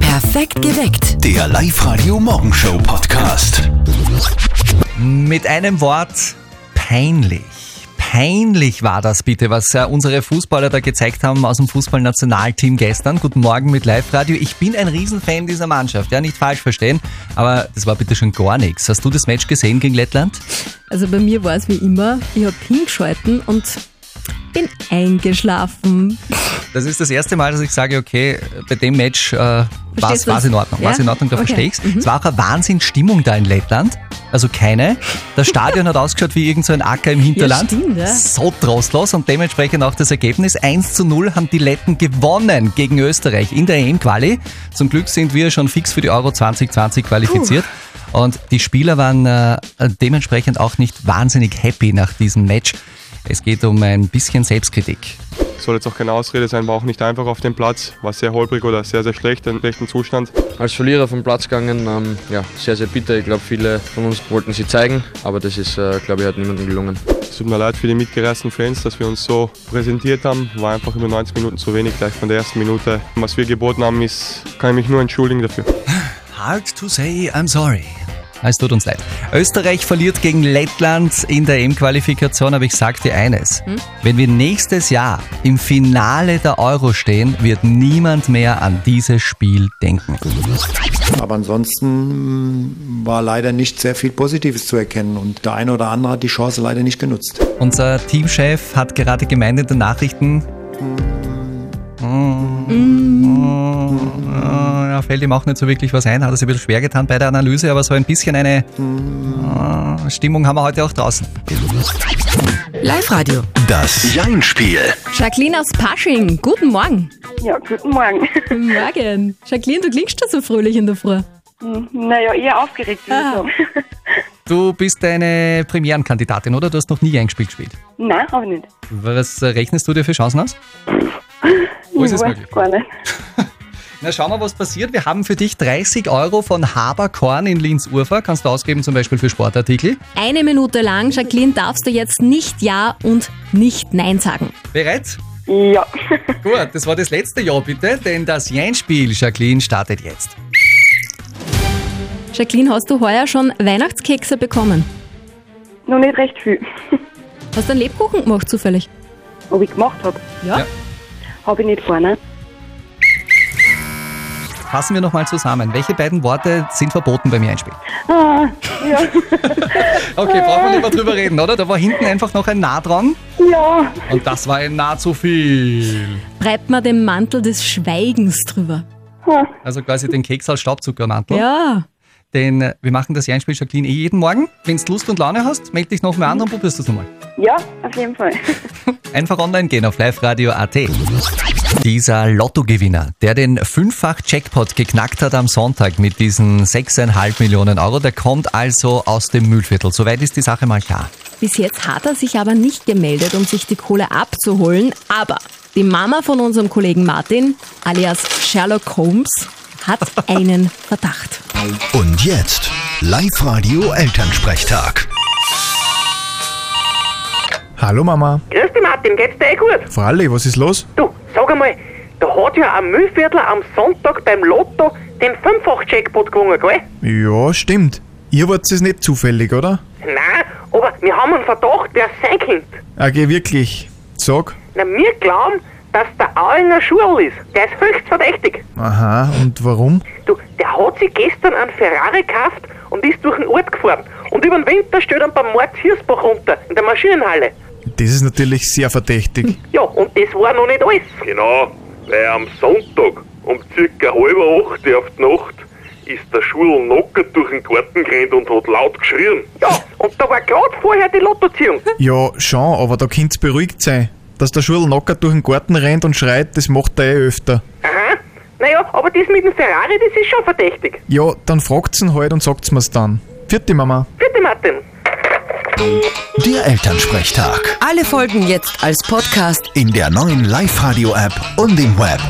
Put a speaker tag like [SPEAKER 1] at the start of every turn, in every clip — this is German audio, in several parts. [SPEAKER 1] Perfekt geweckt.
[SPEAKER 2] Der Live-Radio Morgenshow Podcast.
[SPEAKER 3] Mit einem Wort peinlich. Peinlich war das bitte, was äh, unsere Fußballer da gezeigt haben aus dem Fußballnationalteam gestern. Guten Morgen mit Live-Radio. Ich bin ein Riesenfan dieser Mannschaft, ja, nicht falsch verstehen, aber das war bitte schon gar nichts. Hast du das Match gesehen gegen Lettland?
[SPEAKER 4] Also bei mir war es wie immer, ich habe hingeschalten und bin eingeschlafen.
[SPEAKER 3] Das ist das erste Mal, dass ich sage, okay, bei dem Match äh, war
[SPEAKER 4] Verstehst du's?
[SPEAKER 3] es in Ordnung. war's
[SPEAKER 4] Ja?
[SPEAKER 3] in Ordnung, da
[SPEAKER 4] Okay. Mhm.
[SPEAKER 3] verstehe ich's. Es war auch eine Wahnsinnsstimmung da in Lettland. Also keine. Das Stadion hat ausgeschaut wie irgendein so ein Acker im Hinterland.
[SPEAKER 4] stimmt, ja.
[SPEAKER 3] So trostlos und dementsprechend auch das Ergebnis. 1 zu 0 haben die Letten gewonnen gegen Österreich in der EM-Quali. Zum Glück sind wir schon fix für die Euro 2020 qualifiziert. Und die Spieler waren äh, dementsprechend auch nicht wahnsinnig happy nach diesem Match. Es geht um ein bisschen Selbstkritik.
[SPEAKER 5] soll jetzt auch keine Ausrede sein, war auch nicht einfach auf dem Platz, war sehr holprig oder sehr, sehr schlecht, in schlechtem Zustand.
[SPEAKER 6] als Verlierer vom Platz gegangen. Ähm, ja, sehr, sehr bitter. Ich glaube, viele von uns wollten sie zeigen, aber das ist, äh, glaube ich, halt niemandem gelungen.
[SPEAKER 5] Es tut mir leid für die mitgereisten Fans, dass wir uns so präsentiert haben, war einfach über 90 Minuten zu wenig, gleich von der ersten Minute. Was wir geboten haben, ist, kann ich mich nur entschuldigen dafür.
[SPEAKER 3] Hard to say, I'm sorry. Es tut uns leid. Österreich verliert gegen Lettland in der EM-Qualifikation, aber ich sag dir eines. Wenn wir nächstes Jahr im Finale der Euro stehen, wird niemand mehr an dieses Spiel denken.
[SPEAKER 7] Aber ansonsten mm, war leider nicht sehr viel Positives zu erkennen und der eine oder andere hat die Chance leider nicht genutzt.
[SPEAKER 3] Unser Teamchef hat gerade gemeint in den Nachrichten. Ja, fällt ihm auch nicht so wirklich was ein, hat es ein bisschen schwer getan bei der Analyse, aber so ein bisschen eine äh, Stimmung haben wir heute auch draußen.
[SPEAKER 1] Live-Radio.
[SPEAKER 2] Das Jein-Spiel.
[SPEAKER 4] Jacqueline aus Pasching, guten Morgen.
[SPEAKER 8] Ja, guten Morgen.
[SPEAKER 4] Guten Morgen. Jacqueline, du klingst schon so fröhlich in der Früh.
[SPEAKER 8] Naja, eher aufgeregt, würde
[SPEAKER 4] Ah.
[SPEAKER 8] ich sagen.
[SPEAKER 3] Du bist eine Premierenkandidatin, oder? Du hast noch nie ein Spiel gespielt.
[SPEAKER 8] Nein, habe ich nicht.
[SPEAKER 3] Was äh, rechnest du dir für Chancen aus? Wo
[SPEAKER 8] Ich
[SPEAKER 3] ist es
[SPEAKER 8] weiß
[SPEAKER 3] möglich?
[SPEAKER 8] gar nicht.
[SPEAKER 3] Na, schau mal, was passiert. Wir haben für dich 30 Euro von Haberkorn in Linz-Urfer. Kannst du ausgeben zum Beispiel für Sportartikel.
[SPEAKER 4] Eine Minute lang, Jacqueline, darfst du jetzt nicht Ja und nicht Nein sagen.
[SPEAKER 3] Bereit?
[SPEAKER 8] Ja.
[SPEAKER 3] Gut, das war das letzte Jahr bitte, denn das Jein-Spiel, Jacqueline, startet jetzt.
[SPEAKER 4] Jacqueline, hast du heuer schon Weihnachtskekse bekommen?
[SPEAKER 8] Noch nicht recht viel.
[SPEAKER 4] Hast du einen Lebkuchen gemacht zufällig?
[SPEAKER 8] Ob ich gemacht habe,
[SPEAKER 4] Ja.
[SPEAKER 3] Ja.
[SPEAKER 8] habe ich nicht vor, ne?
[SPEAKER 3] Fassen wir nochmal zusammen. Welche beiden Worte sind verboten beim Jein-Spiel?
[SPEAKER 8] Ah, ja.
[SPEAKER 3] Okay, brauchen wir nicht mehr drüber reden, oder? Da war hinten einfach noch ein Nah dran
[SPEAKER 8] ja.
[SPEAKER 3] und das war ein Nah zu viel.
[SPEAKER 4] Treibt man den Mantel des Schweigens drüber.
[SPEAKER 3] Also quasi den Keks als
[SPEAKER 4] Oh.
[SPEAKER 3] Staubzuckermantel.
[SPEAKER 4] Ja.
[SPEAKER 3] Denn äh, wir machen das Jeinspiel Jacqueline eh jeden Morgen. Wenn du Lust und Laune hast, melde dich nochmal an und probierst das nochmal.
[SPEAKER 8] Ja, auf jeden Fall.
[SPEAKER 3] Einfach online gehen auf liveradio.at. Dieser Lottogewinner, der den Fünffach-Jackpot geknackt hat am Sonntag mit diesen 6,5 Millionen Euro, der kommt also aus dem Mühlviertel. Soweit ist die Sache mal klar.
[SPEAKER 4] Bis jetzt hat er sich aber nicht gemeldet, um sich die Kohle abzuholen. Aber die Mama von unserem Kollegen Martin, alias Sherlock Holmes, hat einen Verdacht.
[SPEAKER 2] Und jetzt Live-Radio Elternsprechtag.
[SPEAKER 9] Hallo Mama.
[SPEAKER 10] Grüß dich Martin, geht's dir eh gut?
[SPEAKER 9] Fralli, was ist los?
[SPEAKER 10] Du, sag einmal, da hat ja ein Müllviertler am Sonntag beim Lotto den Fünffach-Jackpot gewonnen, gell?
[SPEAKER 9] Ja, stimmt. Ihr wart es nicht zufällig, oder?
[SPEAKER 10] Nein, aber wir haben einen Verdacht, wer es sein könnte.
[SPEAKER 9] Okay, wirklich. Sag.
[SPEAKER 10] Na, wir glauben, dass der Aulinger Schurl ist. Der ist höchst verdächtig.
[SPEAKER 9] Aha, und warum?
[SPEAKER 10] Du, der hat sich gestern einen Ferrari gekauft und ist durch den Ort gefahren. Und über den Winter steht er beim Mord Hirsbach runter, in der Maschinenhalle.
[SPEAKER 9] Das ist natürlich sehr verdächtig.
[SPEAKER 10] Ja, und das war noch nicht alles.
[SPEAKER 11] Genau, weil am Sonntag um circa halb acht auf die Nacht ist der Schul nackert durch den Garten gerannt und hat laut geschrien.
[SPEAKER 10] Ja, und da war gerade vorher die Lottoziehung.
[SPEAKER 9] ja, schon, aber da könnt's beruhigt sein. Dass der Schul locker durch den Garten rennt und schreit, das macht er eh öfter.
[SPEAKER 10] Aha, naja, aber das mit dem Ferrari, das ist schon verdächtig.
[SPEAKER 9] Ja, dann fragt's ihn halt und sagt's mir's dann. Vierte Mama.
[SPEAKER 10] Bitte, Martin.
[SPEAKER 2] Der Elternsprechtag.
[SPEAKER 1] Alle Folgen jetzt als Podcast.
[SPEAKER 2] In der neuen Live-Radio-App und im Web.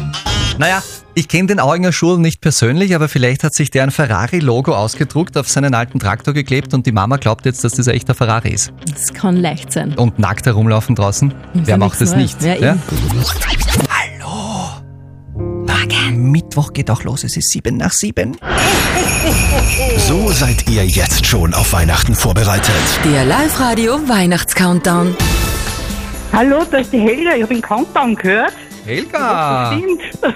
[SPEAKER 3] Naja, ich kenne den Auinger Schurl nicht persönlich, aber vielleicht hat sich der ein Ferrari-Logo ausgedruckt, auf seinen alten Traktor geklebt und die Mama glaubt jetzt, dass das ein echter Ferrari ist.
[SPEAKER 4] Das kann leicht sein.
[SPEAKER 3] und nackt herumlaufen draußen. Wer macht
[SPEAKER 4] nichts
[SPEAKER 3] das
[SPEAKER 4] Neues.
[SPEAKER 3] nicht?
[SPEAKER 4] Ja,
[SPEAKER 3] ja?
[SPEAKER 4] eben.
[SPEAKER 3] Hallo? Na,
[SPEAKER 1] Morgen.
[SPEAKER 3] Mittwoch geht auch los, es ist sieben nach sieben.
[SPEAKER 2] So seid ihr jetzt schon auf Weihnachten vorbereitet.
[SPEAKER 1] Der Live-Radio Weihnachts-Countdown.
[SPEAKER 12] Hallo, das ist die Helga. Ich habe den Countdown gehört.
[SPEAKER 3] Helga!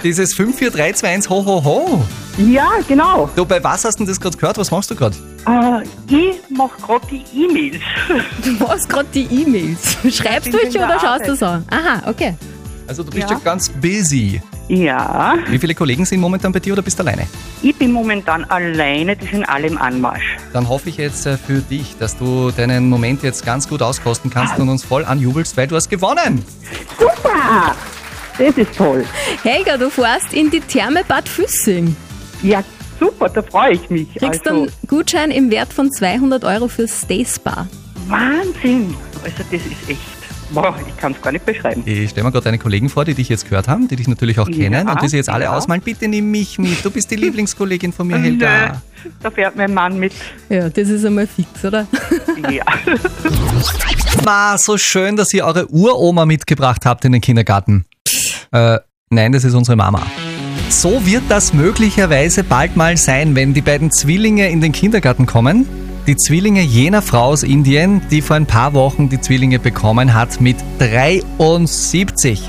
[SPEAKER 3] Dieses 54321 ho ho ho!
[SPEAKER 12] Ja, genau.
[SPEAKER 3] Du, bei was hast du denn das gerade gehört? Was machst du gerade?
[SPEAKER 12] Äh, ich mache gerade die E-Mails.
[SPEAKER 4] Du machst gerade die E-Mails. Schreibst du
[SPEAKER 12] bin in
[SPEAKER 4] schon
[SPEAKER 12] der
[SPEAKER 4] oder schaust
[SPEAKER 12] Arbeit.
[SPEAKER 4] du es an? Aha, okay.
[SPEAKER 3] Also du bist ja.
[SPEAKER 12] Ja.
[SPEAKER 3] ganz busy.
[SPEAKER 12] Ja.
[SPEAKER 3] Wie viele Kollegen sind momentan bei dir oder bist du alleine?
[SPEAKER 12] Ich bin momentan alleine, die sind alle im Anmarsch.
[SPEAKER 3] Dann hoffe ich jetzt äh, für dich, dass du deinen Moment jetzt ganz gut auskosten kannst und uns voll anjubelst, weil du hast gewonnen.
[SPEAKER 4] Super!
[SPEAKER 12] Das ist toll.
[SPEAKER 4] Helga, du fährst in die Therme Bad Füssing.
[SPEAKER 12] Ja, super, da freue ich mich.
[SPEAKER 4] Kriegst
[SPEAKER 12] also,
[SPEAKER 4] einen Gutschein im Wert von 200 Euro fürs Stay Spa.
[SPEAKER 12] Wahnsinn! Also, das ist echt. Boah, ich kann es gar nicht beschreiben.
[SPEAKER 3] Ich stelle mir gerade deine Kollegen vor, die dich jetzt gehört haben, die dich natürlich auch kennen und die sie jetzt alle
[SPEAKER 12] ja.
[SPEAKER 3] ausmalen. Bitte nimm mich mit, du bist die Lieblingskollegin von mir,
[SPEAKER 12] Nö,
[SPEAKER 3] Helga.
[SPEAKER 12] da fährt mein Mann mit.
[SPEAKER 4] Ja, das ist einmal fix, oder?
[SPEAKER 12] Ja.
[SPEAKER 3] War so schön, dass ihr eure Uroma mitgebracht habt in den Kindergarten. Äh, nein, das ist unsere Mama. So wird das möglicherweise bald mal sein, wenn die beiden Zwillinge in den Kindergarten kommen. Die Zwillinge jener Frau aus Indien, die vor ein paar Wochen die Zwillinge bekommen hat mit 73.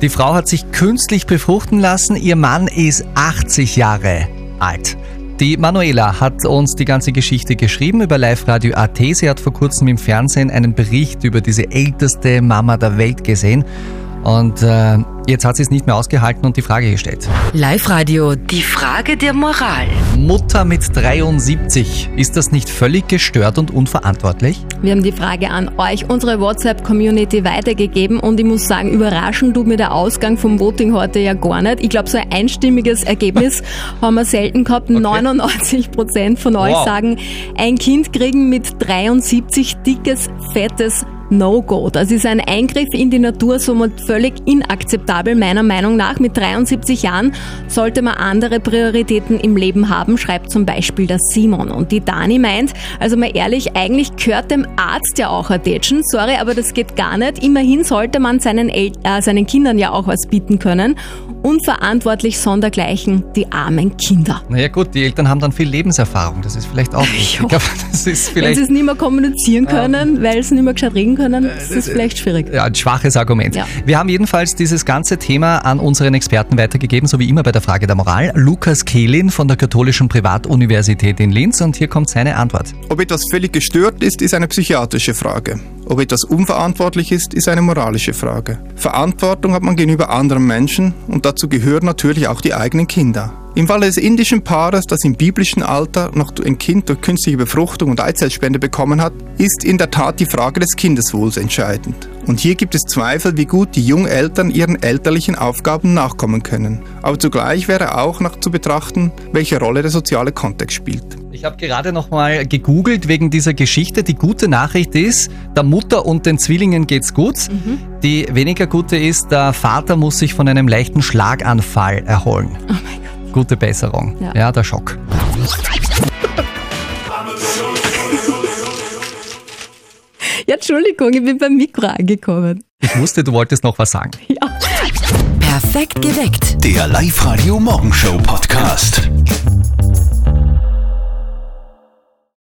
[SPEAKER 3] Die Frau hat sich künstlich befruchten lassen, ihr Mann ist 80 Jahre alt. Die Manuela hat uns die ganze Geschichte geschrieben über Live-Radio.at. Sie hat vor kurzem im Fernsehen einen Bericht über diese älteste Mama der Welt gesehen. Und äh, jetzt hat sie es nicht mehr ausgehalten und die Frage gestellt.
[SPEAKER 1] Live-Radio, die Frage der Moral.
[SPEAKER 3] Mutter mit 73, ist das nicht völlig gestört und unverantwortlich?
[SPEAKER 4] Wir haben die Frage an euch, unsere WhatsApp-Community, weitergegeben und ich muss sagen, überraschend tut mir der Ausgang vom Voting heute ja gar nicht. Ich glaube, so ein einstimmiges Ergebnis haben wir selten gehabt. 99% von euch
[SPEAKER 1] Wow.
[SPEAKER 4] sagen, ein Kind kriegen mit 73 dickes, fettes No-Go. Das ist ein Eingriff in die Natur, somit völlig inakzeptabel meiner Meinung nach. Mit 73 Jahren sollte man andere Prioritäten im Leben haben, schreibt zum Beispiel der Simon. Und die Dani meint, also mal ehrlich, eigentlich gehört dem Arzt ja auch ein Dätschen. Sorry, aber das geht gar nicht. Immerhin sollte man seinen, El äh, seinen Kindern ja auch was bieten können. Unverantwortlich sondergleichen die armen Kinder.
[SPEAKER 3] Naja gut, die Eltern haben dann viel Lebenserfahrung, das ist vielleicht auch nicht. Ich glaube, das ist
[SPEAKER 4] Wenn
[SPEAKER 3] vielleicht
[SPEAKER 4] sie es nicht mehr kommunizieren können, weil sie nicht mehr gescheit reden können, das ist vielleicht schwierig.
[SPEAKER 3] Ja, ein schwaches Argument.
[SPEAKER 4] Ja.
[SPEAKER 3] Wir haben jedenfalls dieses ganze Thema an unseren Experten weitergegeben, so wie immer bei der Frage der Moral. Lukas Kehlin von der Katholischen Privatuniversität in Linz und hier kommt seine Antwort.
[SPEAKER 13] Ob etwas völlig gestört ist, ist eine psychiatrische Frage. Ob etwas unverantwortlich ist, ist eine moralische Frage. Verantwortung hat man gegenüber anderen Menschen und dazu gehören natürlich auch die eigenen Kinder. Im Falle eh des indischen Paares, das im biblischen Alter noch ein Kind durch künstliche Befruchtung und Eizellspende bekommen hat, ist in der Tat die Frage des Kindeswohls entscheidend. Und hier gibt es Zweifel, wie gut die Jungeltern ihren elterlichen Aufgaben nachkommen können. Aber zugleich wäre auch noch zu betrachten, welche Rolle der soziale Kontext spielt.
[SPEAKER 3] Ich habe gerade nochmal gegoogelt wegen dieser Geschichte. Die gute Nachricht ist, der Mutter und den Zwillingen geht's gut. Die weniger gute ist, der Vater muss sich von einem leichten Schlaganfall erholen. Gute Besserung.
[SPEAKER 1] Ja.
[SPEAKER 3] ja, der Schock.
[SPEAKER 4] Ja, Entschuldigung, ich bin beim Mikro angekommen.
[SPEAKER 3] Ich wusste, du wolltest noch was sagen.
[SPEAKER 1] Perfekt geweckt.
[SPEAKER 2] Der Live-Radio Morgenshow Podcast.